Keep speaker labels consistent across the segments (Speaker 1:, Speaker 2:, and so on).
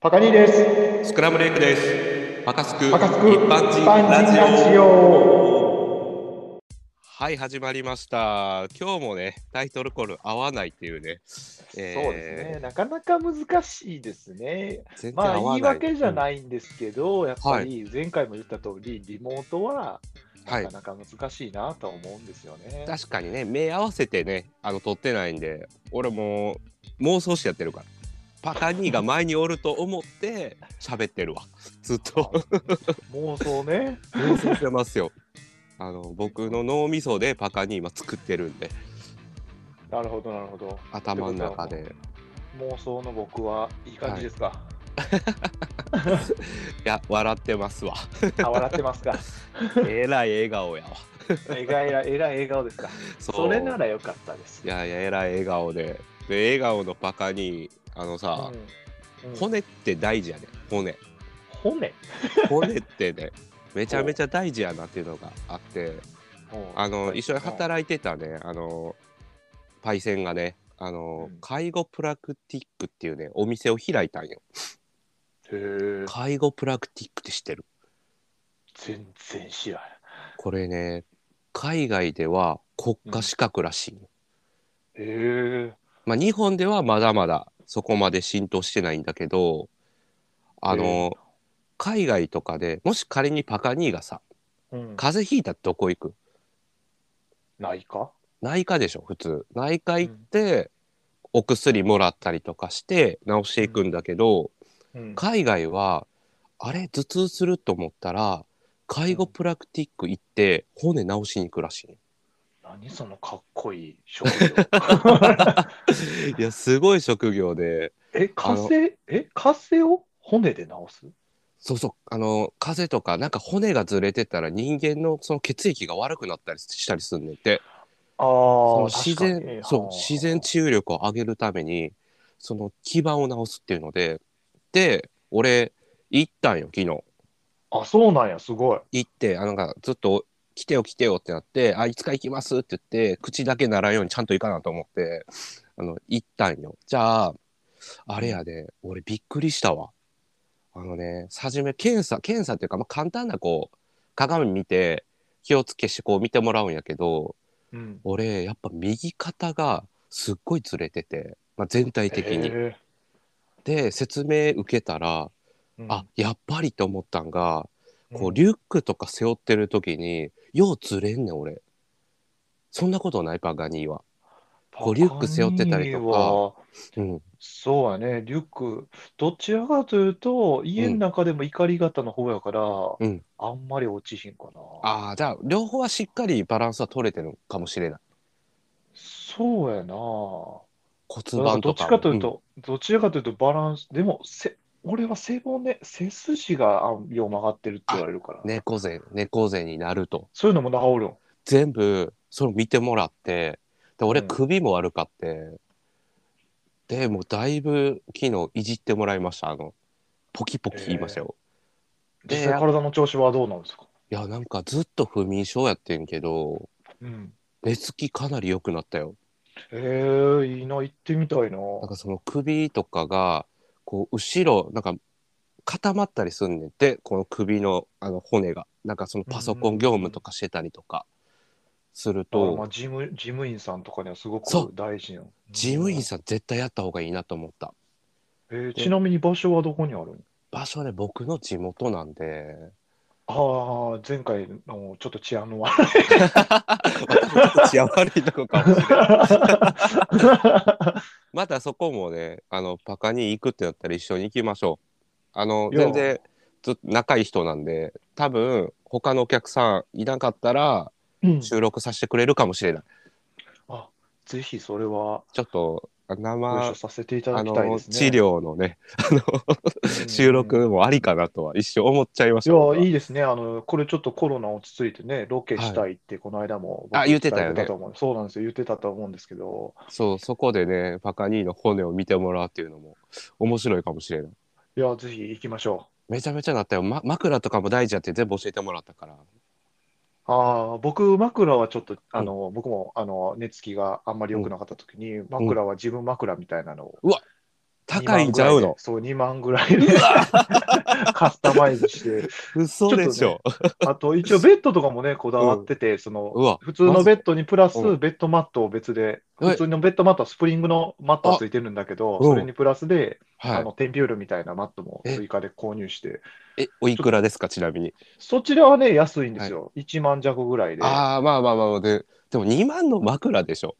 Speaker 1: パカニーです。
Speaker 2: スクラムレイクです。パカスク
Speaker 1: パカスク
Speaker 2: 一般人
Speaker 1: 一般
Speaker 2: ラジ
Speaker 1: 人ラ
Speaker 2: オ。
Speaker 1: ジオ。
Speaker 2: はい、始まりました。今日もね、タイトルコール合わないっていうね。えー
Speaker 1: そうですね。なかなか難しいですね。
Speaker 2: 全然
Speaker 1: まあ、
Speaker 2: 合
Speaker 1: 言
Speaker 2: わない。
Speaker 1: い訳じゃ
Speaker 2: い。
Speaker 1: ないんですけど、やっぱり前回も言った通り、リモートは
Speaker 2: は
Speaker 1: ないか。なか難しいなとは思うんですよね。
Speaker 2: 確かにね、目合わせてね、あの撮ってないんで、俺もう妄想してやってるから。パカニーが前におると思って喋ってるわ。ずっと
Speaker 1: 妄想ね。
Speaker 2: 妄想してますよ。 あの僕の脳みそでパカニー今作ってるんで、
Speaker 1: なるほど、なるほど。
Speaker 2: 頭の中で。
Speaker 1: 妄想の僕はいい感じですか。
Speaker 2: いや、笑ってます わ。
Speaker 1: あ、笑ってます か。
Speaker 2: えらい笑顔やわ。
Speaker 1: えらい、えらい笑顔ですか。
Speaker 2: そう
Speaker 1: それならよかったです
Speaker 2: い。やいやえらい笑顔でで笑顔のバカにあのさ、
Speaker 1: うんうん
Speaker 2: 骨って大事やね骨
Speaker 1: 骨
Speaker 2: 骨ってね めちゃめちゃ大事やなっていうのがあってあの一緒に働いてたねあのパイセンがねあの、
Speaker 1: うん
Speaker 2: 介護プラクティックっていうねお店を開いたんよ
Speaker 1: いへえ。
Speaker 2: 介護プラクティックって知ってる
Speaker 1: 全然知らない。
Speaker 2: これね海外では国家資格らしいよ、
Speaker 1: へえ。
Speaker 2: まあ、日本ではまだまだそこまで浸透してないんだけどあの、
Speaker 1: え
Speaker 2: 海外とかでもし仮にパカニーがさ
Speaker 1: うん、
Speaker 2: 風邪ひいたらどこ行く
Speaker 1: ないか、
Speaker 2: 内科でしょ普通内科行って、お薬もらったりとかして治していくんだけど、
Speaker 1: うん
Speaker 2: 海外はあれ頭痛すると思ったら介護プラクティック行って骨治しに行くらしいね、
Speaker 1: 何そのかっこいい職業
Speaker 2: いやすごい職業で
Speaker 1: え、火星、え、火星を骨で直す
Speaker 2: そうそう、あの、風邪とか、なんか骨がずれてたら人間のその血液が悪くなったりしたりすんねんって、
Speaker 1: あ
Speaker 2: その
Speaker 1: あ
Speaker 2: 自然、そう、自然治癒力を上げるために、その基盤を直すっていうので、で、俺、行ったんよ、昨日。
Speaker 1: あ、そうなんや、すごい。
Speaker 2: 行って、あの、なんかずっと、来てよ来てよってなって、あ、いつか行きますって言って、口だけならんようにちゃんと行かなと思って、あの、行ったんよ。じゃあ、あれやで、俺びっくりしたわ。あのね、初め検査、検査っていうか、まあ、簡単なこう、鏡見て、気をつけしてこう見てもらうんやけど、
Speaker 1: うん。
Speaker 2: 俺、やっぱ右肩がすっごいずれてて、まあ、全体的に。
Speaker 1: へ
Speaker 2: で、説明受けたら、
Speaker 1: ー
Speaker 2: あ、、やっぱりと思ったんが、
Speaker 1: うん
Speaker 2: こうリュックとか背負ってる時にようずれんねん俺そんなことないパガニーは、こうリュック背負ってたりとか。
Speaker 1: パカニーは
Speaker 2: うん、
Speaker 1: そうやね、リュック、どちらかというと、家の中でも怒り方の方やから、
Speaker 2: うん
Speaker 1: あんまり落ちひんかな。
Speaker 2: ああじゃあ両方はしっかりバランスは取れてるかもしれない
Speaker 1: そうやな。
Speaker 2: 骨盤
Speaker 1: ど
Speaker 2: と
Speaker 1: っち
Speaker 2: か
Speaker 1: かという
Speaker 2: も
Speaker 1: と、どちらかというとバランス、でもせ、俺は背骨、背筋があよう曲がってるって言われるから、
Speaker 2: うん猫背猫背になると
Speaker 1: そういうのも治るん。
Speaker 2: 全部それを見てもらってで俺
Speaker 1: うん
Speaker 2: 首も悪かって、でもうだいぶ昨日いじってもらいましたあのポキポキ言いましたよ、で
Speaker 1: 実際体の調子はどうなんですか
Speaker 2: いやなんかずっと不眠症やってんけど
Speaker 1: うん。
Speaker 2: 寝つきかなり良くなったよ
Speaker 1: えー、いいな、行ってみたいな。
Speaker 2: なんかその首とかがこう後ろなんか固まったりすんねんてこの首のあの骨がなんかそのパソコン業務とかしてたりとかする
Speaker 1: だからまあ
Speaker 2: と
Speaker 1: 事務、事務員さんとかにはすご
Speaker 2: そ
Speaker 1: く
Speaker 2: う
Speaker 1: 大事な。
Speaker 2: 事務員さん絶対やった方がいいなと思った
Speaker 1: うん。えーちなみに場所はどこにあるん
Speaker 2: 場所はね僕の地元なんで
Speaker 1: ああ、前回のちょっと治安の 悪い。
Speaker 2: 治安悪いとこかもしれないまたそこもねあのパカに行くってなったら一緒に行きましょうあの
Speaker 1: いや
Speaker 2: 全然ずっと仲いい人なんで多分他のお客さんいなかったら
Speaker 1: うん
Speaker 2: 収録させてくれるかもしれない、
Speaker 1: あ、ぜひそれは
Speaker 2: ちょっと
Speaker 1: ご一
Speaker 2: 生
Speaker 1: 緒させていた
Speaker 2: あ
Speaker 1: だきたいで
Speaker 2: の
Speaker 1: す
Speaker 2: 治
Speaker 1: ね。
Speaker 2: 療のね あの
Speaker 1: うん
Speaker 2: 収録もありかなとは一瞬思っちゃいまし
Speaker 1: い
Speaker 2: た
Speaker 1: や
Speaker 2: 僕はい
Speaker 1: いですね、あのこれちょっとコロナ落ち着いてね、ロケしたいって、この間も、僕
Speaker 2: あ言ってたよね
Speaker 1: 伝えと思うそうなんですよ、言ってたと思うんですけど、
Speaker 2: そうそこでねパカニーの骨を見てもらうっていうのも面白いかもしれない
Speaker 1: いや、ぜひ行きましょ
Speaker 2: めちゃめちゃなったよ、ま、枕とかも大事だって全部教えてもらったから
Speaker 1: う。ああ、僕、枕はちょっと、あの僕もあの寝つきがあんまり良くなかった時に、枕は自分枕みたいなのを、
Speaker 2: うわ高いんちゃうの
Speaker 1: そう、2万ぐらいで カスタマイズして。
Speaker 2: 嘘でしょ。
Speaker 1: あと、一応ベッドとかもね、こだわってて、その、
Speaker 2: うわ。
Speaker 1: 普通のベッドにプラス
Speaker 2: う
Speaker 1: ベッドマットを別で、
Speaker 2: え
Speaker 1: 普通のベッドマットはスプリングのマットはついてるんだけど、
Speaker 2: うん
Speaker 1: それにプラスで、
Speaker 2: は
Speaker 1: あのテンピュールみたいなマットも
Speaker 2: え
Speaker 1: 追加で購入して、
Speaker 2: い。え、おいくらですか、ちなみに。
Speaker 1: そちらはね、安いんですよ。1万弱ぐらいで。
Speaker 2: ああ、まあまあまあまあ、で、でも2万の枕でしょ。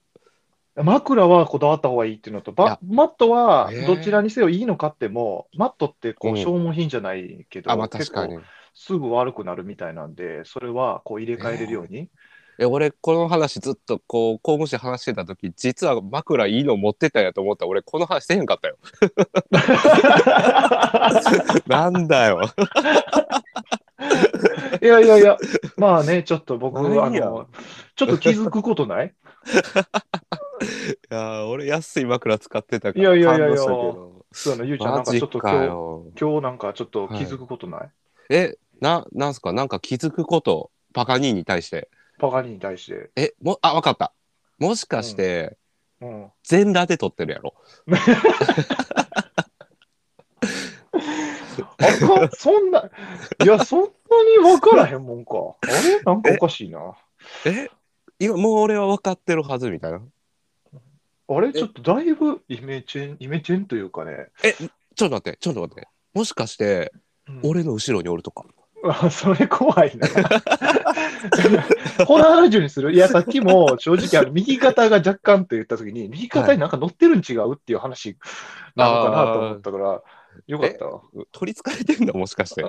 Speaker 1: 枕はこだわった方がいいっていうのと、
Speaker 2: い
Speaker 1: ば
Speaker 2: や
Speaker 1: マットは
Speaker 2: へー
Speaker 1: どちらにせよいいの買っても、マットってこ
Speaker 2: う
Speaker 1: うん消耗品じゃないけど、
Speaker 2: あ、まあ確
Speaker 1: 結
Speaker 2: か
Speaker 1: 構
Speaker 2: に。
Speaker 1: すぐ悪くなるみたいなんで、それはこう入れ替えれるように。
Speaker 2: え、俺、この話ずっとこう、公務士話してた時、実は枕いいの持ってたんやと思ったら、俺、この話せへんかっ たよ。なんだよ。
Speaker 1: いやいやいや、まあね、ちょっと僕、あ
Speaker 2: 何や
Speaker 1: の、ちょっと気づくことない
Speaker 2: いやー俺、安い枕使ってたから。
Speaker 1: いやいやいやいや
Speaker 2: 感動したけど
Speaker 1: そうなのゆうちゃん、なん
Speaker 2: マ
Speaker 1: かち
Speaker 2: ジ
Speaker 1: ょっと
Speaker 2: か
Speaker 1: 今
Speaker 2: よ。
Speaker 1: 日、今日なんかちょっと気づくことない、
Speaker 2: え、な、なんすかなんか気づくこと、パカニーに対して。
Speaker 1: パガニーに対して。
Speaker 2: え、も、あ、わかった。もしかして、
Speaker 1: うん。
Speaker 2: 全裸で撮ってるやろ。
Speaker 1: あかんそんな、いや、そんなに分からへんもんか。あれなんかおかしいな。
Speaker 2: え、今、もう俺は分かってるはずみたいな。
Speaker 1: あれちょっとだいぶイメチェン、イメチェンというかね。
Speaker 2: ちょっと待って、ちょっと待って。もしかして、
Speaker 1: うん
Speaker 2: 俺の後ろにおるとか。
Speaker 1: あそれ怖いな。 ホラーラジオにするいや、さっきも正直、あの右肩が若干って言ったときに、右肩になんか乗ってるん違うっていう話なのかなと思ったから、よかったわ。
Speaker 2: 取りつかれてんだ、もしかして。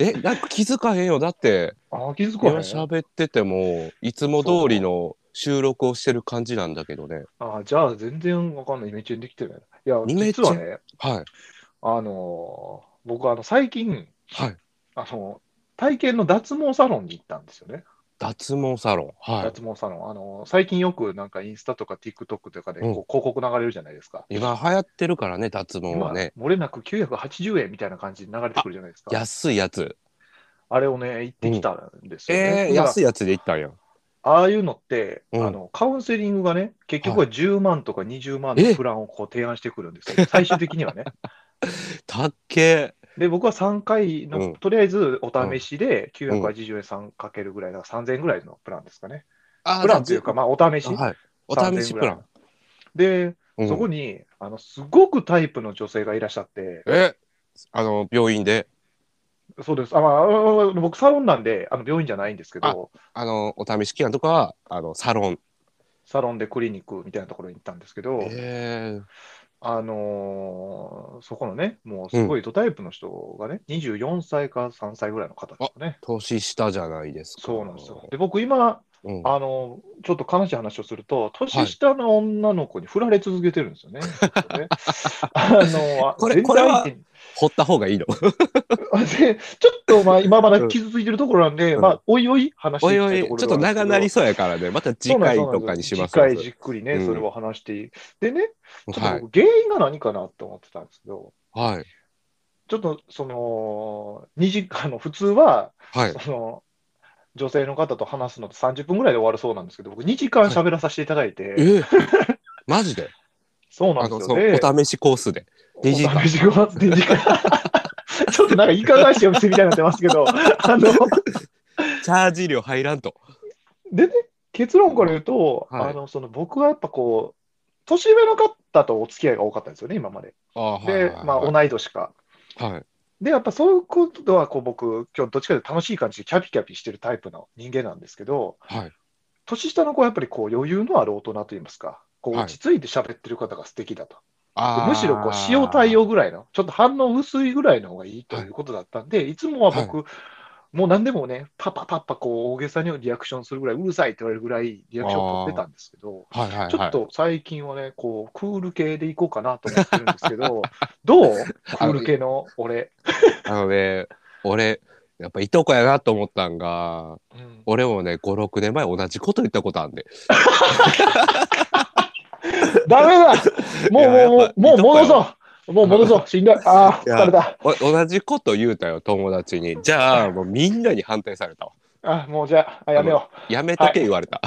Speaker 2: え、なんか気づかへんよ。だって、
Speaker 1: あ、気づく
Speaker 2: 今
Speaker 1: わ、ね。
Speaker 2: 喋ってても、いつも通りの収録をしてる感じなんだけどね。
Speaker 1: あ、じゃあ全然わかんない。イメチェンできてない。いや、
Speaker 2: イメチ
Speaker 1: 実
Speaker 2: ェン
Speaker 1: はね、
Speaker 2: はい。
Speaker 1: あのー僕、あの、最近、
Speaker 2: はい。
Speaker 1: あの、体験の脱毛サロンに行ったんですよね。
Speaker 2: 脱毛サロン。は
Speaker 1: 脱毛サロン。あの、最近よくなんかインスタとか TikTok とかで
Speaker 2: うん
Speaker 1: こう広告流れるじゃないですか。
Speaker 2: い。今流行ってるからね、脱毛
Speaker 1: 今
Speaker 2: はね。
Speaker 1: 漏れなく980円みたいな感じで流れてくるじゃないですか。
Speaker 2: 安いやつ。
Speaker 1: あれをね、行ってきたんですよね。
Speaker 2: えー、
Speaker 1: だから
Speaker 2: 安いやつで行ったんや。
Speaker 1: ああいうのって、
Speaker 2: うん
Speaker 1: あの、カウンセリングがね、結局は10万とか20万
Speaker 2: え
Speaker 1: のプランをこう提案してくるんです よ。最終的にはね。
Speaker 2: たっけ
Speaker 1: で、僕は3回の、
Speaker 2: うん
Speaker 1: とりあえずお試しで
Speaker 2: ん
Speaker 1: 980円3かけるぐらい、だから3000円ぐらいのプランですかね。
Speaker 2: あ
Speaker 1: プランというか、まあ、お試し。
Speaker 2: はい。お試しプラン。
Speaker 1: で、
Speaker 2: うん
Speaker 1: そこに、あの、すごくタイプの女性がいらっしゃって、
Speaker 2: えあの、病院で、
Speaker 1: そうです。あ、まああの、僕、サロンなんで、あの、病院じゃないんですけど、
Speaker 2: あの、お試し期間とかは、あの、サロン。
Speaker 1: サロンでクリニックみたいなところに行ったんですけど、
Speaker 2: え
Speaker 1: あのーそこのね、もうすごいドタイプの人がね、24歳か3歳ぐらいの方ですかね。
Speaker 2: 年下じゃないですか。
Speaker 1: そうなんですよ。で、僕今、
Speaker 2: うん。
Speaker 1: あのーちょっと悲しい話をすると、年下の女の子に振られ続けてるんですよね。ねあのー
Speaker 2: これ
Speaker 1: 全然
Speaker 2: これは
Speaker 1: 相手に
Speaker 2: 掘った方がいいの。
Speaker 1: で、ちょっとまあ今まだ傷ついてるところなんで、
Speaker 2: うん
Speaker 1: まあおいおい話して
Speaker 2: お
Speaker 1: いきた
Speaker 2: いお
Speaker 1: い
Speaker 2: い、
Speaker 1: ところ
Speaker 2: ちょっ
Speaker 1: な
Speaker 2: と
Speaker 1: んですけ
Speaker 2: 長
Speaker 1: ど
Speaker 2: なりそうやからね、また次回とかにします。
Speaker 1: そうなんですそうなんです次回じっくり
Speaker 2: う
Speaker 1: ね、
Speaker 2: ん
Speaker 1: それを話していい。でね、ちょっ
Speaker 2: は
Speaker 1: と
Speaker 2: い。
Speaker 1: 僕原因が何かなと思ってたんですけど、
Speaker 2: はい。
Speaker 1: ちょっとその、二時間の普通は、
Speaker 2: はい。
Speaker 1: その、女性の方と話すのって30分ぐらいで終わるそうなんですけど、僕2時間喋らさせていただいて、
Speaker 2: えマジで
Speaker 1: そうな
Speaker 2: あ
Speaker 1: んで
Speaker 2: の、
Speaker 1: す
Speaker 2: そ
Speaker 1: よ。
Speaker 2: の
Speaker 1: で、
Speaker 2: お試しコースで。二時間
Speaker 1: お試しご飯で二時間 ちょっとなんかいかがわしいお店みたいになってますけ ど、あの、
Speaker 2: チャージ料入らんと。
Speaker 1: でね、結論から言うと、
Speaker 2: はい
Speaker 1: あのその僕はやっぱこう、年上の方とお付き合いが多かったんですよね、今まで。
Speaker 2: ああ、はい。
Speaker 1: で、まあ、同い年か。
Speaker 2: はい。
Speaker 1: で、やっぱそういうことはこう、僕、今日どっちかというと楽しい感じでキャピキャピしてるタイプの人間なんですけど、
Speaker 2: はい。
Speaker 1: 年下の子はやっぱりこう余裕のある大人といいますか、こう
Speaker 2: はい
Speaker 1: 落ち着いて喋ってる方が素敵だと。で
Speaker 2: あ
Speaker 1: むしろこう使用対応ぐらいの、ちょっと反応薄いぐらいの方がいいということだったんで、い、つもは僕、もう何でもね、パッパパッパこう大げさにリアクションするぐらい、うるさいって言われるぐらいリアクションを取ってたんですけど、
Speaker 2: はいはいはい。
Speaker 1: ちょっと最近はね、こうクール系でいこうかなと思ってるんですけど、どう クール系の俺。
Speaker 2: あのね、俺、やっぱいとこやなと思ったんが、
Speaker 1: うん
Speaker 2: 俺もね、5、6年前同じこと言ったことあんで。
Speaker 1: ダメだもう
Speaker 2: いや
Speaker 1: も
Speaker 2: やっ
Speaker 1: う
Speaker 2: ぱ
Speaker 1: もうもう戻
Speaker 2: いとこ
Speaker 1: そうもう戻そうしんどいああ、
Speaker 2: いや
Speaker 1: 疲れた。
Speaker 2: お同じこと言うたよ、友達に。じゃあ、もうみんなに反対されたわ。
Speaker 1: あもうじゃあ、あやめよう。
Speaker 2: やめとけ言われた。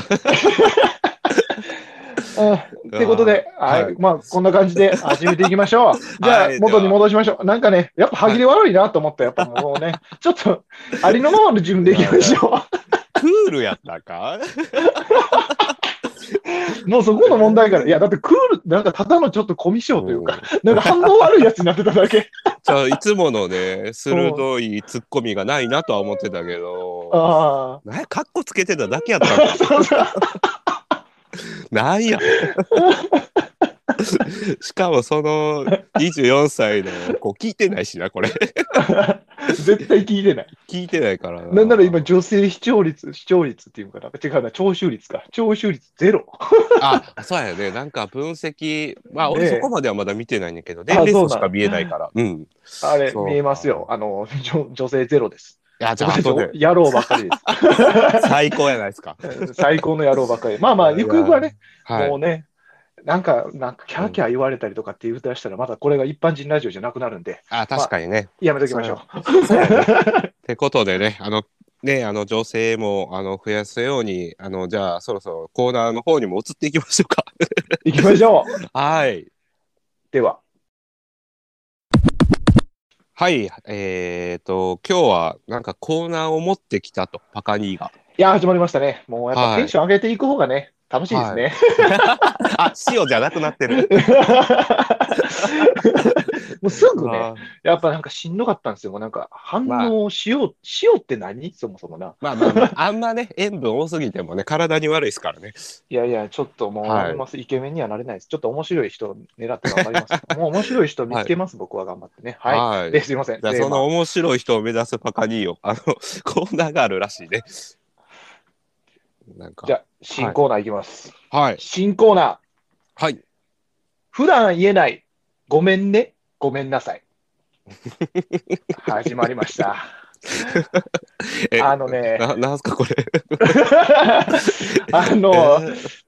Speaker 1: うんってことで、はい、
Speaker 2: はい
Speaker 1: まあ、こんな感じで始めていきましょう。 じゃあ
Speaker 2: は、い
Speaker 1: 元に戻しましょう。なんかね、やっぱ歯切れ悪いなと思った、やっぱもうね、ちょっと、ありのままの自分でいきましょ
Speaker 2: クールやったか
Speaker 1: う。もうそこの問題から、いや、だってクール、なんかただのちょっとコミショというか、なんか反応悪いやつになってただけ。
Speaker 2: じゃあいつものね鋭いツッコミがないなとは思ってたけど
Speaker 1: あ
Speaker 2: なんやカッコつけてただけやった んか
Speaker 1: あ。そうそう
Speaker 2: な んやしかもその24歳の子聞いてないしなこれ
Speaker 1: 絶対聞いてない。
Speaker 2: 聞いてないからな
Speaker 1: なんなら今、女性視聴率、視聴率っていうのかな。違うな、聴取率か。聴取率ゼロ。
Speaker 2: あそうやねなんか分析まあ
Speaker 1: ね
Speaker 2: 俺
Speaker 1: え
Speaker 2: そこまではまだ見てないんだけど
Speaker 1: あ
Speaker 2: 年齢
Speaker 1: そうなん
Speaker 2: 層しか見えないからうんい
Speaker 1: あれ、
Speaker 2: そう
Speaker 1: 見えますよ。あの、女女性ゼロです。
Speaker 2: やじゃあ後で
Speaker 1: 野郎ばっかりです。
Speaker 2: 最高やないですか
Speaker 1: 最高の野郎ばっかり。まあまあ、
Speaker 2: いや
Speaker 1: ゆくゆ くはね、
Speaker 2: はい
Speaker 1: もうね、なんか、なんか、キャーキャー言われたりとかって言うたらしたら、まだこれが一般人ラジオじゃなくなるんで、
Speaker 2: あ確かにね
Speaker 1: やめときましょう。
Speaker 2: ってことでね、あの、ね、あの女性もあの増やすように、あの、じゃあそろそろコーナーの方にも移っていきましょう か。
Speaker 1: 行きましょう。
Speaker 2: はい。
Speaker 1: では、
Speaker 2: はい。えっ、と、今日はなんかコーナーを持ってきたと、パカニ ーが。
Speaker 1: いや、始まりましたね。もうやっぱ
Speaker 2: はい
Speaker 1: テンション上げていく方がね、楽しいですね。
Speaker 2: あ、塩じゃなくなってる。
Speaker 1: もうすぐね、
Speaker 2: あー
Speaker 1: やっぱなんかしんどかったんですよ。もうなんか反応しよう、しようって何そもそもな。
Speaker 2: まあまあ、まあ、あんまね、塩分多すぎてもね、体に悪いですからね。
Speaker 1: いやいや、ちょっともう、
Speaker 2: はい
Speaker 1: ありますイケメンにはなれないです。ちょっと面白い人狙って頑張り ます。もう面白い人見つけます、僕は頑張ってね。はい。
Speaker 2: はい
Speaker 1: で、すいません。
Speaker 2: じゃあ
Speaker 1: で
Speaker 2: その面白い人を目指すパカニーを、あの、コーナーがあるらしいね。なん
Speaker 1: じゃ
Speaker 2: か。
Speaker 1: あ、新コーナーいきます。
Speaker 2: はい。
Speaker 1: 新コーナー。
Speaker 2: はい。
Speaker 1: 普段言えない。ごめんね。ごめんなさ い。始まりました。
Speaker 2: え
Speaker 1: あのね
Speaker 2: ななんすかこれ。
Speaker 1: あの、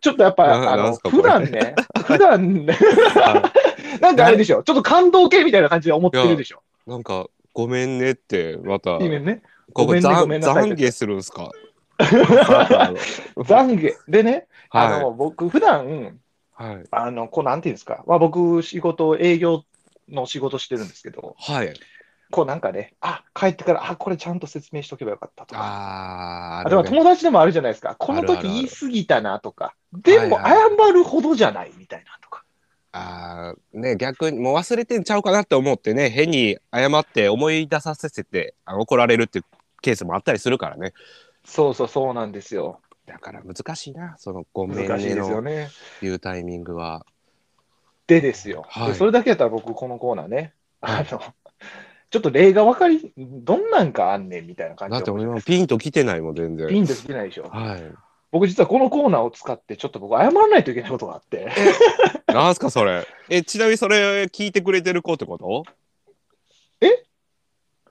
Speaker 1: ちょっとやっぱ、
Speaker 2: な
Speaker 1: あ
Speaker 2: なん
Speaker 1: の
Speaker 2: すか、これ
Speaker 1: 普段ね、普段ね、
Speaker 2: はい
Speaker 1: なんかあれでしょ、ちょっと感動系みたいな感じで思ってるでしょ。
Speaker 2: なんか、ごめんねって、また、
Speaker 1: いいねね。
Speaker 2: こ
Speaker 1: ご
Speaker 2: こ
Speaker 1: めんね
Speaker 2: ざ
Speaker 1: ご
Speaker 2: ん
Speaker 1: めんなさいって
Speaker 2: 懺悔するん すか
Speaker 1: 懺悔。でね、あ
Speaker 2: は
Speaker 1: の、僕、普段、
Speaker 2: い。はい。
Speaker 1: あの、こう、なんていうんですか、まあ、僕、仕事、営業の仕事してるんですけど、
Speaker 2: はい。
Speaker 1: こう、なんかね、あ、帰ってから、あ、これちゃんと説明しとけばよかったとか、
Speaker 2: あー、
Speaker 1: あでも
Speaker 2: ね
Speaker 1: 友達でもあるじゃないですか、この
Speaker 2: あ
Speaker 1: 時
Speaker 2: るある
Speaker 1: 言い過ぎたなとか、でも
Speaker 2: はいはい
Speaker 1: 謝るほどじゃないみたいなとか、
Speaker 2: あーね、逆に、もう忘れてんちゃうかなって思ってね、変に謝って思い出させて、あの怒られるっていうケースもあったりするからね。
Speaker 1: そうそうそうなんですよ。
Speaker 2: だから難しいな、その、ごめん
Speaker 1: 難しい
Speaker 2: ね
Speaker 1: ですよ
Speaker 2: の
Speaker 1: ね。
Speaker 2: いうタイミングは。
Speaker 1: でですよ、
Speaker 2: はい
Speaker 1: でそれだけやったら僕、このコーナーね、
Speaker 2: は
Speaker 1: あ
Speaker 2: い
Speaker 1: の、 ちょっと例が分かり、どんなんかあんねんみたいな感
Speaker 2: だ
Speaker 1: じ
Speaker 2: っ
Speaker 1: で、
Speaker 2: て俺もピンと来てないもん、全然。
Speaker 1: ピンときてないでしょ。
Speaker 2: はい。
Speaker 1: 僕、実はこのコーナーを使って、ちょっと僕、謝らないといけないことがあって、
Speaker 2: なんすか、それ。え、ちなみにそれ聞いてくれてる子ってこと
Speaker 1: え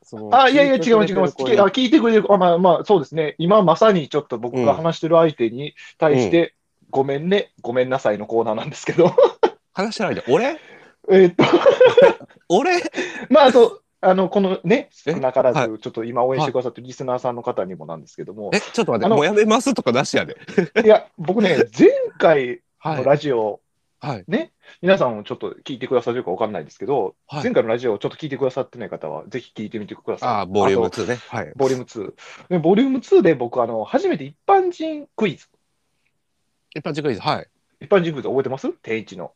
Speaker 2: そう
Speaker 1: あ、いやいや、違う違う違う、
Speaker 2: 聞いてくれてる子に
Speaker 1: あ聞いてくれてる、あまあまあ、そうですね、今まさにちょっと僕が話してる相手に対して、ごめんね、ごめんなさいのコーナーなんですけど、
Speaker 2: 話してないで俺
Speaker 1: えーっと、
Speaker 2: 俺
Speaker 1: まあ、あと、あの、このね、
Speaker 2: え
Speaker 1: 少なから
Speaker 2: は
Speaker 1: ず、ちょっと今応援してくださってるリスナーさんの方にもなんですけども、
Speaker 2: えちょっと待っ
Speaker 1: あ
Speaker 2: て
Speaker 1: の
Speaker 2: もうやめますとかなしやで
Speaker 1: いや、僕 ね、前回
Speaker 2: は
Speaker 1: の
Speaker 2: い
Speaker 1: ラジオ、
Speaker 2: はい
Speaker 1: ね、皆さんもちょっと聞いてくださるかわかんないですけど、
Speaker 2: はい
Speaker 1: 前回のラジオをちょっと聞いてくださってない方は、ぜひ聞いてみてください。
Speaker 2: あーボリューム
Speaker 1: あと
Speaker 2: 2ねはい
Speaker 1: ボリューム2。でボリューム2で僕、あの、初めて一般人クイズ、
Speaker 2: 一般人クイズはい
Speaker 1: 一般人クイズ覚えてます天一の。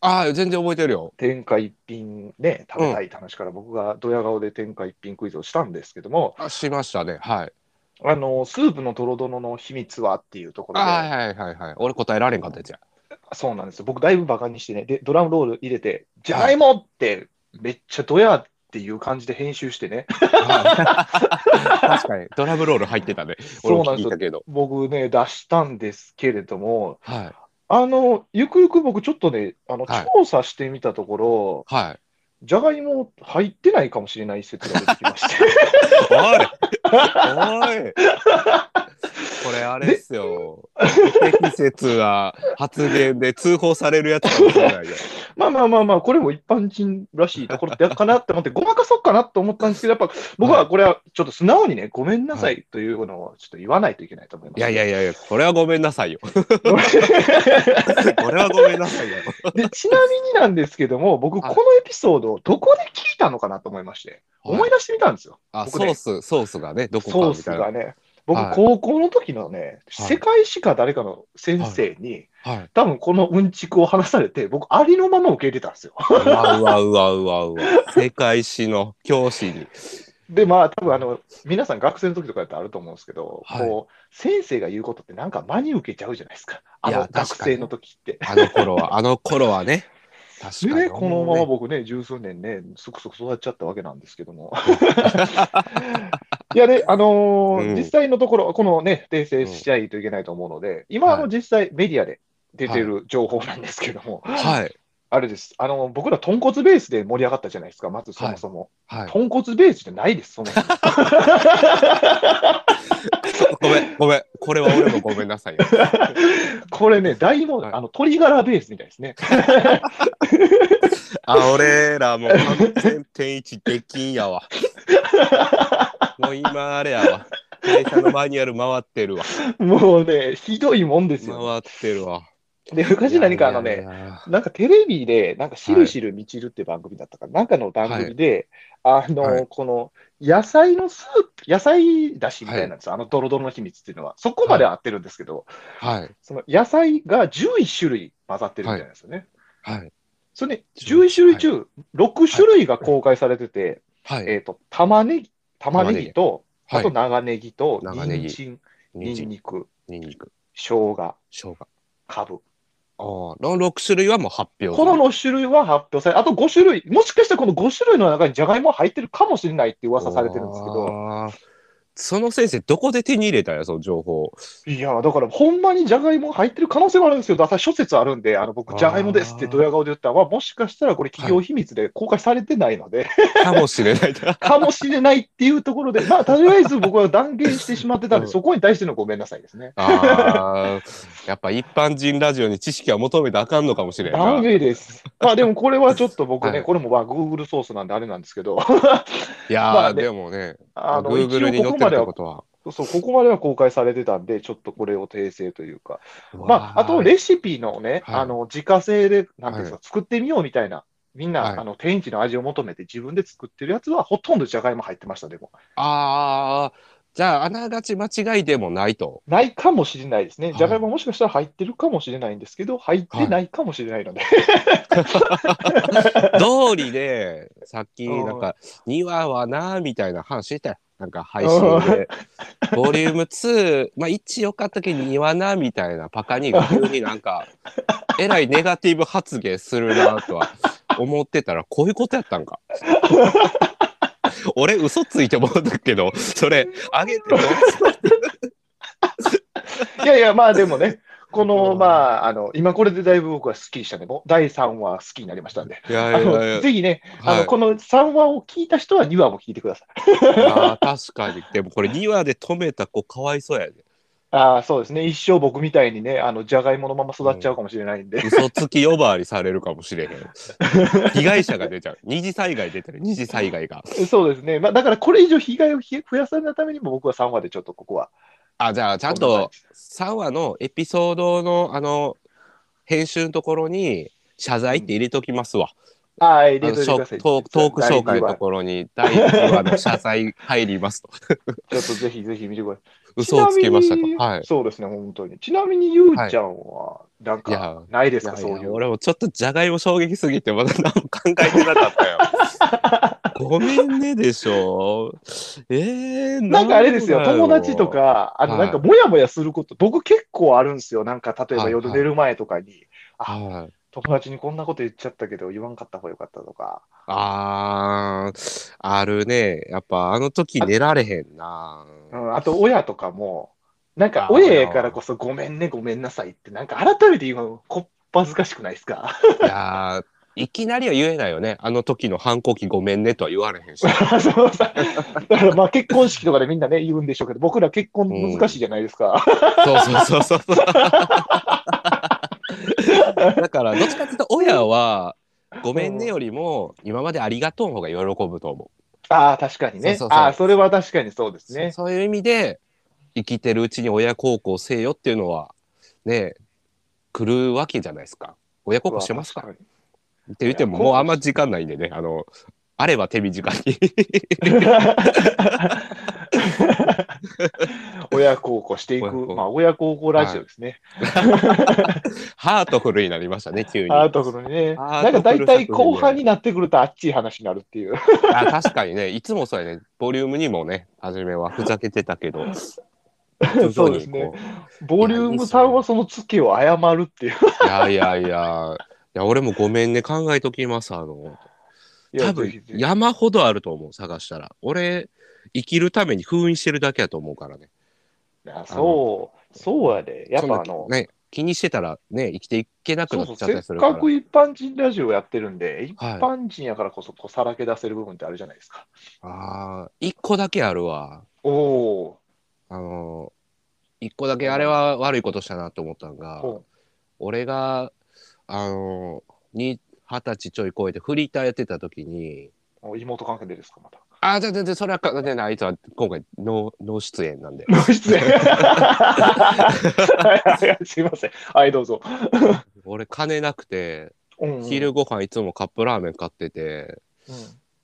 Speaker 2: ああ全然覚えてるよ
Speaker 1: 天下一品ね、食べたいって話から僕がドヤ顔で天下一品クイズをしたんですけども、
Speaker 2: あしましたねはい
Speaker 1: あの、スープのとろどろの秘密はっていうところで、
Speaker 2: あーはいはいはい俺答えられんかったや つや
Speaker 1: そうなんですよ。僕、だいぶバカにしてね、で、ドラムロール入れて、じゃがいもって、めっちゃドヤっていう感じで編集してね、
Speaker 2: はい確かにドラムロール入ってたね俺
Speaker 1: そう
Speaker 2: も
Speaker 1: なん
Speaker 2: 聞
Speaker 1: で
Speaker 2: い
Speaker 1: す
Speaker 2: た
Speaker 1: よ。
Speaker 2: けど
Speaker 1: 僕ね、出したんですけれども、
Speaker 2: はい
Speaker 1: あの、ゆくゆく僕、ちょっとね、あの、
Speaker 2: はい
Speaker 1: 調査してみたところ、
Speaker 2: はい
Speaker 1: じゃがいも入ってないかもしれ ない説が出てきまして、
Speaker 2: おいおいこれあれですよ。不適切な発言で通報されるやつかもしれないよ。
Speaker 1: まあまあまあまあ、これも一般人らしいところだか なって思って、ごまかそうかなと思ったんですけど、やっぱ僕はこれはちょっと素直にね、ごめんなさいというのをちょっと言わないといけないと思います。
Speaker 2: いやいやいやいや、これはごめんなさいよ。こ れはごめんなさいよ。
Speaker 1: でちなみになんですけども、僕、こ
Speaker 2: は
Speaker 1: の
Speaker 2: い
Speaker 1: エピソードをどこで聞いたのかなと思いまして、思い出してみたんですよ。
Speaker 2: あ、ソ
Speaker 1: 僕ね
Speaker 2: ース、ソースがね、どこ
Speaker 1: ソ
Speaker 2: か
Speaker 1: ー
Speaker 2: み
Speaker 1: ス
Speaker 2: たいな。
Speaker 1: がね。
Speaker 2: は
Speaker 1: 僕、
Speaker 2: い
Speaker 1: 高校の時のね、
Speaker 2: はい
Speaker 1: 世界史か誰かの先生に、
Speaker 2: はい。
Speaker 1: 多分このうんちくを話されて、僕、ありのまま受け入れたんですよ。
Speaker 2: うわうわうわうわうわ。世界史の教師に。
Speaker 1: で、まあ、多分あの皆さん、学生の時とかだってあると思うんですけど、
Speaker 2: はい
Speaker 1: こう先生が言うことって、なんか真に受けちゃうじゃないですか、あ
Speaker 2: いや
Speaker 1: の学生の時って。
Speaker 2: あの頃 は、あの頃はね。確か
Speaker 1: で
Speaker 2: に。
Speaker 1: ね、このまま僕ね、十数年ね、すくすく育っちゃったわけなんですけど も。いやね、あのー
Speaker 2: うん
Speaker 1: 実際のところ、このね、訂正しないといけないと思うので、今、あ
Speaker 2: は
Speaker 1: の
Speaker 2: い
Speaker 1: 実際、メディアで出てる情報なんですけども、
Speaker 2: はい。
Speaker 1: あれです、あの僕ら、豚骨ベースで盛り上がったじゃないですか、まずそもそも。
Speaker 2: はい。
Speaker 1: 豚骨ベースじゃないです、そもそも。
Speaker 2: ごめん、ごめん。これは俺もごめんなさいよ。
Speaker 1: これね、大問、
Speaker 2: はい
Speaker 1: あの鶏ガラベースみたいです ね。
Speaker 2: あ、俺らもう完全天一できん やわ。もう今あれやわ。会社のマニュアル回ってるわ。
Speaker 1: もうね、ひどいもんですよ。
Speaker 2: 回ってるわ。
Speaker 1: で、昔何かあの
Speaker 2: いやい
Speaker 1: ね、
Speaker 2: やいや。
Speaker 1: なんかテレビで、なんかしるしるみちるって番組だったかな、なんかの番組で、あの、
Speaker 2: はい
Speaker 1: この野菜のスープ、野菜だしみたいなんですよ、あのドロドロの秘密っていうのは。そこまでは合ってるんですけど、
Speaker 2: はい。
Speaker 1: その野菜が11種類混ざってるみたいなんですよね。
Speaker 2: はい。
Speaker 1: それね、11種類中、6種類が公開されてて、
Speaker 2: はい。
Speaker 1: えっと、玉ねぎ、玉ねぎと、
Speaker 2: は
Speaker 1: あと
Speaker 2: い。
Speaker 1: 長ネギと、
Speaker 2: 長ネギ
Speaker 1: 人参、
Speaker 2: にん
Speaker 1: ニ
Speaker 2: じ
Speaker 1: ン
Speaker 2: ん、
Speaker 1: ニク、
Speaker 2: にんにく、
Speaker 1: 生姜、
Speaker 2: しょうが。
Speaker 1: カブ。
Speaker 2: ああ、この六種類はもう発表。
Speaker 1: この6種類は発表され、あと5種類、もしかしたらこの5種類の中にジャガイモ入ってるかもしれないって噂されてるんですけど、
Speaker 2: あー。その先生、どこで手に入れたんや、その情報。
Speaker 1: いやー、だからほんまにジャガイモ入ってる可能性もあるんですよ。だから諸説あるんで、あの
Speaker 2: あ
Speaker 1: 僕、
Speaker 2: ー
Speaker 1: ジャガイモですってドヤ顔で言ったら、まあもしかしたらこれ企業秘密で公開されてないので、
Speaker 2: かもしれない。
Speaker 1: かもしれないっていうところで、まあとりあえず僕は断言してしまってたんで、
Speaker 2: うん
Speaker 1: そこに対してのごめんなさいですね。
Speaker 2: ああ、やっぱ一般人ラジオに知識は求めてあかんのかもしれん
Speaker 1: ダ
Speaker 2: な
Speaker 1: メです。まあでもこれはちょっと僕ね、
Speaker 2: はい
Speaker 1: これもまあ Google ソースなんであれなんですけど、
Speaker 2: いやー、
Speaker 1: まあね
Speaker 2: でもね、
Speaker 1: あの、一
Speaker 2: Google に
Speaker 1: 応こ
Speaker 2: 載っ
Speaker 1: こ
Speaker 2: て
Speaker 1: ま
Speaker 2: るっ
Speaker 1: で
Speaker 2: て
Speaker 1: は
Speaker 2: ことは。
Speaker 1: そう、ここまでは公開されてたんで、ちょっとこれを訂正というか。まあ、あと
Speaker 2: レ
Speaker 1: レシピのね、
Speaker 2: はい
Speaker 1: あの、自家製で、なんていうんですか、作ってみようみたいな。みんな、
Speaker 2: はい
Speaker 1: あの、天一の味を求めて自分で作ってるやつは、ほとんどじゃがいも入ってました、でも。
Speaker 2: ああ、じゃあ、あながち間違いでもない と。
Speaker 1: ないかもしれないですね。
Speaker 2: はい
Speaker 1: じゃがいももしかしたら入ってるかもしれないんですけど、入ってないかもしれないので。
Speaker 2: 道理で、さっき、
Speaker 1: うん
Speaker 2: なんか、2話はな、みたいな話してたよなんか配信で。ボリューム2、まあ1良かったけど2話な、みたいなパカに急にな んか、えらいネガティブ発言するな、とは思ってたら、こういうことやった んか。俺、嘘ついてもらったけど、それ、あげてどうすんの
Speaker 1: いやいや、まあでもね、この、
Speaker 2: うん
Speaker 1: まあ、あの、今これでだいぶ僕はスッキリしたね。もう第3話好きになりましたんで。
Speaker 2: いや
Speaker 1: あ
Speaker 2: いやい
Speaker 1: の、
Speaker 2: や。
Speaker 1: ぜひね、あ
Speaker 2: は
Speaker 1: の、
Speaker 2: い
Speaker 1: この3話を聞いた人は2話も聞いてください。
Speaker 2: あー確かに。でもこれ2話で止めた子かわいそうやで。
Speaker 1: ああ、そうですね。一生僕みたいにね、あの、じゃがいものまま育っちゃうかもしれないんで。
Speaker 2: 嘘つき呼ばわりされるかもしれへん。被害者が出ちゃう。二次災害出てる。二次災害が。
Speaker 1: そうですね。まあ、だからこれ以上被害をひ増やさないためにも僕は3話でちょっとここは。
Speaker 2: あ、じゃあちゃん
Speaker 1: ごめんな
Speaker 2: と3話のエピソードのあの、編集のところに謝罪って入れときますわ。
Speaker 1: はい、入れ
Speaker 2: あの
Speaker 1: とい
Speaker 2: シ
Speaker 1: てく
Speaker 2: ョ
Speaker 1: ださい。
Speaker 2: ートークトーク紹介のところに第1話の謝罪入りますと。
Speaker 1: 第二話ちょっとぜひぜひ見てください。
Speaker 2: 嘘をつきまし た
Speaker 1: ちなみに
Speaker 2: と。はい。
Speaker 1: そうですね、本当に。ちなみに、ゆうちゃんは、なん
Speaker 2: いや
Speaker 1: か、ないで
Speaker 2: い
Speaker 1: すか、
Speaker 2: やい
Speaker 1: そう
Speaker 2: や
Speaker 1: いう。
Speaker 2: 俺もちょっとじゃがいも衝撃すぎてまだ何も考えてなかったよ。 ごめんねでしょ。えー、
Speaker 1: なんかあれですよ、
Speaker 2: なんだろ
Speaker 1: 友
Speaker 2: う
Speaker 1: 達と。か、あの、
Speaker 2: は
Speaker 1: な
Speaker 2: い
Speaker 1: んか、もやもやすること、僕結構あるんですよ。なんか、例えば
Speaker 2: はい
Speaker 1: 夜寝る前とかに、
Speaker 2: はい、
Speaker 1: 友達にこんなこと言っちゃったけど、言わんかった方がよかったとか。
Speaker 2: あー、あるね。やっぱあの時寝られへんな。
Speaker 1: うん、あと、親とかも、なんか
Speaker 2: あ、ー
Speaker 1: 親やからこそ、ごめんね、ごめんなさいって、なんか、改めて今、こっぱずかしくないですか。
Speaker 2: いやーいきなりは言えないよね。あの時の反抗期ごめんねとは言われへんし。
Speaker 1: そうさだからまあ結婚式とかでみんなね、言うんでしょうけど、僕ら結婚難しいじゃないですか。
Speaker 2: そうそうそうそうそう。だからどっちかっていうと親は「ごめんね」よりも「今までありがとう」の方が喜ぶと思
Speaker 1: ああ、確かにね。
Speaker 2: そうそうそう
Speaker 1: ああ、それは確かにそうで
Speaker 2: う、
Speaker 1: すね。
Speaker 2: そそういう意味で生きてるうちに親孝行せよっていうのはね来るわけじゃないですか親孝行してますか
Speaker 1: 確か
Speaker 2: って言っても
Speaker 1: いや
Speaker 2: もうあんま時間ないんでねあのあれば手短に
Speaker 1: に 親孝行してい
Speaker 2: 親孝
Speaker 1: く、
Speaker 2: 行
Speaker 1: まあ、親孝行ラジオですね。
Speaker 2: ハートフルになりましたね急に
Speaker 1: ああ
Speaker 2: あ
Speaker 1: ところにね。
Speaker 2: ハー
Speaker 1: なん
Speaker 2: ト
Speaker 1: か
Speaker 2: フル
Speaker 1: 大体
Speaker 2: 作品
Speaker 1: 後
Speaker 2: で
Speaker 1: 半になってくるとあっちい話になるっていう。
Speaker 2: 確かにねいつもそうやねボリュームにもね初めはふざけてたけど徐
Speaker 1: そうで
Speaker 2: 々に
Speaker 1: す
Speaker 2: こ
Speaker 1: ね
Speaker 2: う。
Speaker 1: ボリューム3はそのツケを謝るっていう。
Speaker 2: いやいやいや、いや俺もごめんね、考えときます。あの、
Speaker 1: いやぜ
Speaker 2: 多分
Speaker 1: ひぜひ
Speaker 2: 山ほどあると思う、探したら。俺、生きるために封印してるだけやと思うからね。
Speaker 1: あそう、そうやで。やっ
Speaker 2: そん
Speaker 1: ぱ
Speaker 2: な
Speaker 1: あの、
Speaker 2: ね、気にしてたらね、生きていけなく
Speaker 1: そ
Speaker 2: なっ
Speaker 1: う
Speaker 2: ち
Speaker 1: そ
Speaker 2: ゃ
Speaker 1: う、せ
Speaker 2: ったり
Speaker 1: っ
Speaker 2: するから。
Speaker 1: かく一般人ラジオやってるんで、一
Speaker 2: はい
Speaker 1: 般人やからこそこうさらけ出せる部分ってあるじゃないですか。
Speaker 2: ああ、一個だけあるわ。
Speaker 1: おお
Speaker 2: あの、一個だけあれは悪いことしたなと思ったんが、
Speaker 1: ほ
Speaker 2: 俺が、あの、に二十歳ちょい超えてフリーターやってた時に、
Speaker 1: ー、お妹関係でですか、 また。
Speaker 2: ああ、じゃあ全然それは関係ない。あいつは今回、脳脳出 演なんで。
Speaker 1: 露出演はいはいすいません。はい、どうぞ。
Speaker 2: 俺金なくて
Speaker 1: うんうん
Speaker 2: 昼ご飯いつもカップラーメン買ってて、
Speaker 1: うん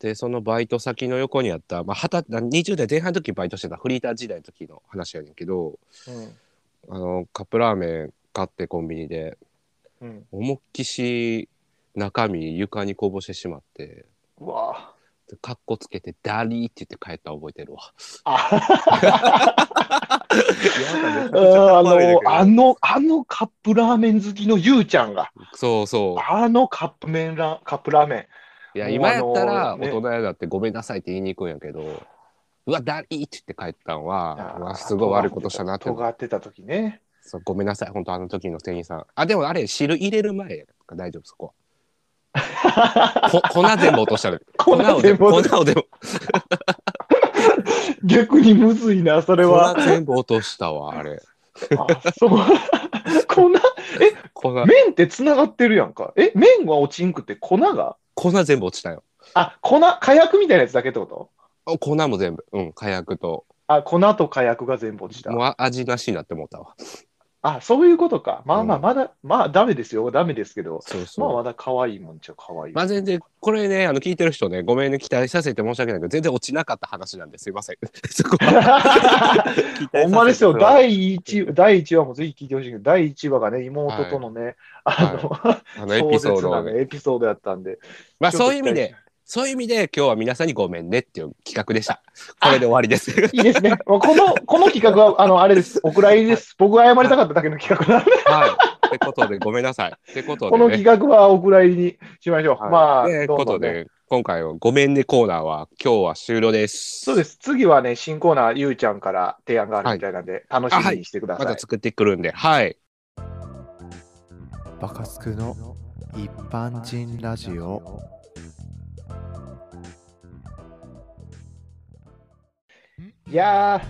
Speaker 2: でそのバイト先の横にあった、まあ、20 20代前半の時バイトしてたフリーター時代の時の話やねんけど
Speaker 1: うん
Speaker 2: あのカップラーメン買ってコンビニで
Speaker 1: うん
Speaker 2: 思いっきし中身床にこぼしてしまって。
Speaker 1: うわ
Speaker 2: でカッコつけて「ダリー」って言って帰った覚えてるわ。
Speaker 1: ああ
Speaker 2: や
Speaker 1: あ
Speaker 2: だね
Speaker 1: の、あ
Speaker 2: あ
Speaker 1: の、あのカップラーメン好きのゆうちゃんが、
Speaker 2: そうそ
Speaker 1: あのカップ麺ラ、カップラーメン。
Speaker 2: う。いや
Speaker 1: もう
Speaker 2: 今やったら
Speaker 1: あのね
Speaker 2: 大人やだって「ごめんなさい」って言いに行くんやけど「うわダリー」って言って帰ったんはうわすごい悪いことしたなって
Speaker 1: と尖ってた時ね。
Speaker 2: そうごめんなさい、本当あの時の店員さん。あ、でもあれ、汁入れる前やから大丈夫、そこは。 こ粉全部落としたの。
Speaker 1: こんな
Speaker 2: を
Speaker 1: で
Speaker 2: 全部、
Speaker 1: も
Speaker 2: 粉を全部、
Speaker 1: 逆にむずいな、それは。
Speaker 2: 粉全部落としたわ、あれ。
Speaker 1: あそう。粉、
Speaker 2: 粉、
Speaker 1: 麺ってつながってるやんか。え、麺は落ちんくて粉が
Speaker 2: 粉全部落ちたよ。
Speaker 1: あ、粉、火薬みたいなやつだけってこと
Speaker 2: お粉も全部、うん、火薬と。
Speaker 1: あ、粉と火薬が全部落ちた。
Speaker 2: もうあ味なしになって思ったわ。
Speaker 1: あ、そういうことか。まあまあ、
Speaker 2: うん
Speaker 1: まだ、まあ、ダメですよ。ダメですけど。
Speaker 2: そう
Speaker 1: まあ、
Speaker 2: そう。
Speaker 1: まだ可愛いもんちゃ可愛い。
Speaker 2: まあ全然、これね、あの、聞いてる人ね、ごめんね、期待させて申し訳ないけど、全然落ちなかった話なんですいません。 そこ は。
Speaker 1: ほんまですよ、
Speaker 2: 期待させ
Speaker 1: 第1
Speaker 2: て
Speaker 1: 第一話もぜひ聞いてほしいけど、第1話がね、妹とのね、あの、
Speaker 2: あのエピソー
Speaker 1: 壮
Speaker 2: ドを
Speaker 1: 絶な
Speaker 2: ね。
Speaker 1: ねエピソードやったんで、
Speaker 2: まあ
Speaker 1: ちょっと
Speaker 2: そういう意味で、そういう意味で、今日は皆さんにごめんねっていう企画でした。これで終わりです。
Speaker 1: いいですね、もうこのこの企画は、あの、あれです、お蔵入りです、僕が謝りたかっただけの企画なんで、
Speaker 2: はい。ってことで、ごめんなさい。ってこと
Speaker 1: この
Speaker 2: で、
Speaker 1: 企
Speaker 2: ね。
Speaker 1: 画はお蔵入りにしましょう。
Speaker 2: はい
Speaker 1: まあ、
Speaker 2: って
Speaker 1: ど
Speaker 2: こ
Speaker 1: んど
Speaker 2: と
Speaker 1: んね、
Speaker 2: で、今回はごめんねコーナーは、今日は終了です。
Speaker 1: そうです、次はね、新コーナー、ゆうちゃんから提案があるみたいなんで、楽しみにしてくだ
Speaker 2: ま
Speaker 1: さい
Speaker 2: た。作ってくるんで、はい。
Speaker 3: バカスクの一般人ラジオ。
Speaker 1: いや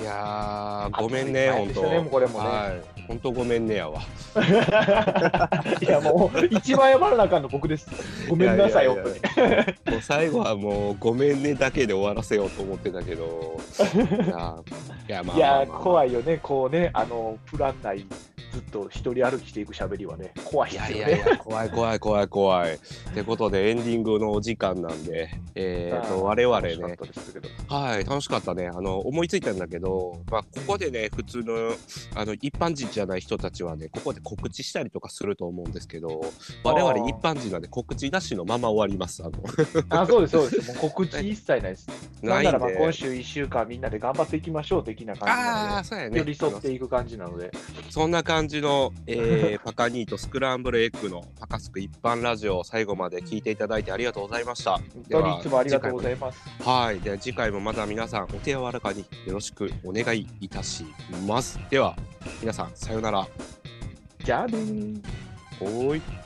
Speaker 2: いやー、ごめんね、
Speaker 1: あっという間でし
Speaker 2: 本当
Speaker 1: たねもうこれもね
Speaker 2: はい。本当ごめんねやわ。
Speaker 1: ー、いやもう、一番謝らなあかんの僕です。ごめんなさい、
Speaker 2: や
Speaker 1: 本当に。
Speaker 2: やいやもう最後はもう、ごめんねだけで終わらせようと思ってた けど。いやー、いやまあ
Speaker 1: いやー、
Speaker 2: い。
Speaker 1: 怖いよね、こうね、あの、プラン内、ずっと一人歩きしていく喋りはね、怖い
Speaker 2: い
Speaker 1: で
Speaker 2: や
Speaker 1: す
Speaker 2: い
Speaker 1: よ
Speaker 2: やい
Speaker 1: ね。
Speaker 2: や、怖い怖い怖い怖い。ってことで、エンディングのお時間なんで、えっ、と、我々ね、
Speaker 1: 楽しかったですけど
Speaker 2: はい、楽しかったね。あの、思いついたんだけど、まあ、ここでね、普通の、あの、一般人じゃない人たちはね、ここで告知したりとかすると思うんですけど、我
Speaker 1: あー
Speaker 2: 々一般人なんで告知なしのまま終わります。あの、
Speaker 1: あ、そうです、そうです。もう告知一切ないです。な
Speaker 2: なんいん
Speaker 1: ならば、今
Speaker 2: で。
Speaker 1: 週1週間みんなで頑張っていきましょう、的な感じ
Speaker 2: あ
Speaker 1: な
Speaker 2: あ、そうや
Speaker 1: ので、
Speaker 2: ね。
Speaker 1: 寄り添っていく感じなので、
Speaker 2: そんな感じの、えー パカニーとスクランブルエッグのパカスク一般ラジオ、最後まで聞いていただいてありがとうございました。
Speaker 1: 本
Speaker 2: で
Speaker 1: 当
Speaker 2: は
Speaker 1: にいつもありがとうございます。
Speaker 2: はい。では次回もまた皆さんお手柔らかによろしくお願いいたします。では、皆さん、さようなら。
Speaker 1: じゃあねー。
Speaker 2: おーい。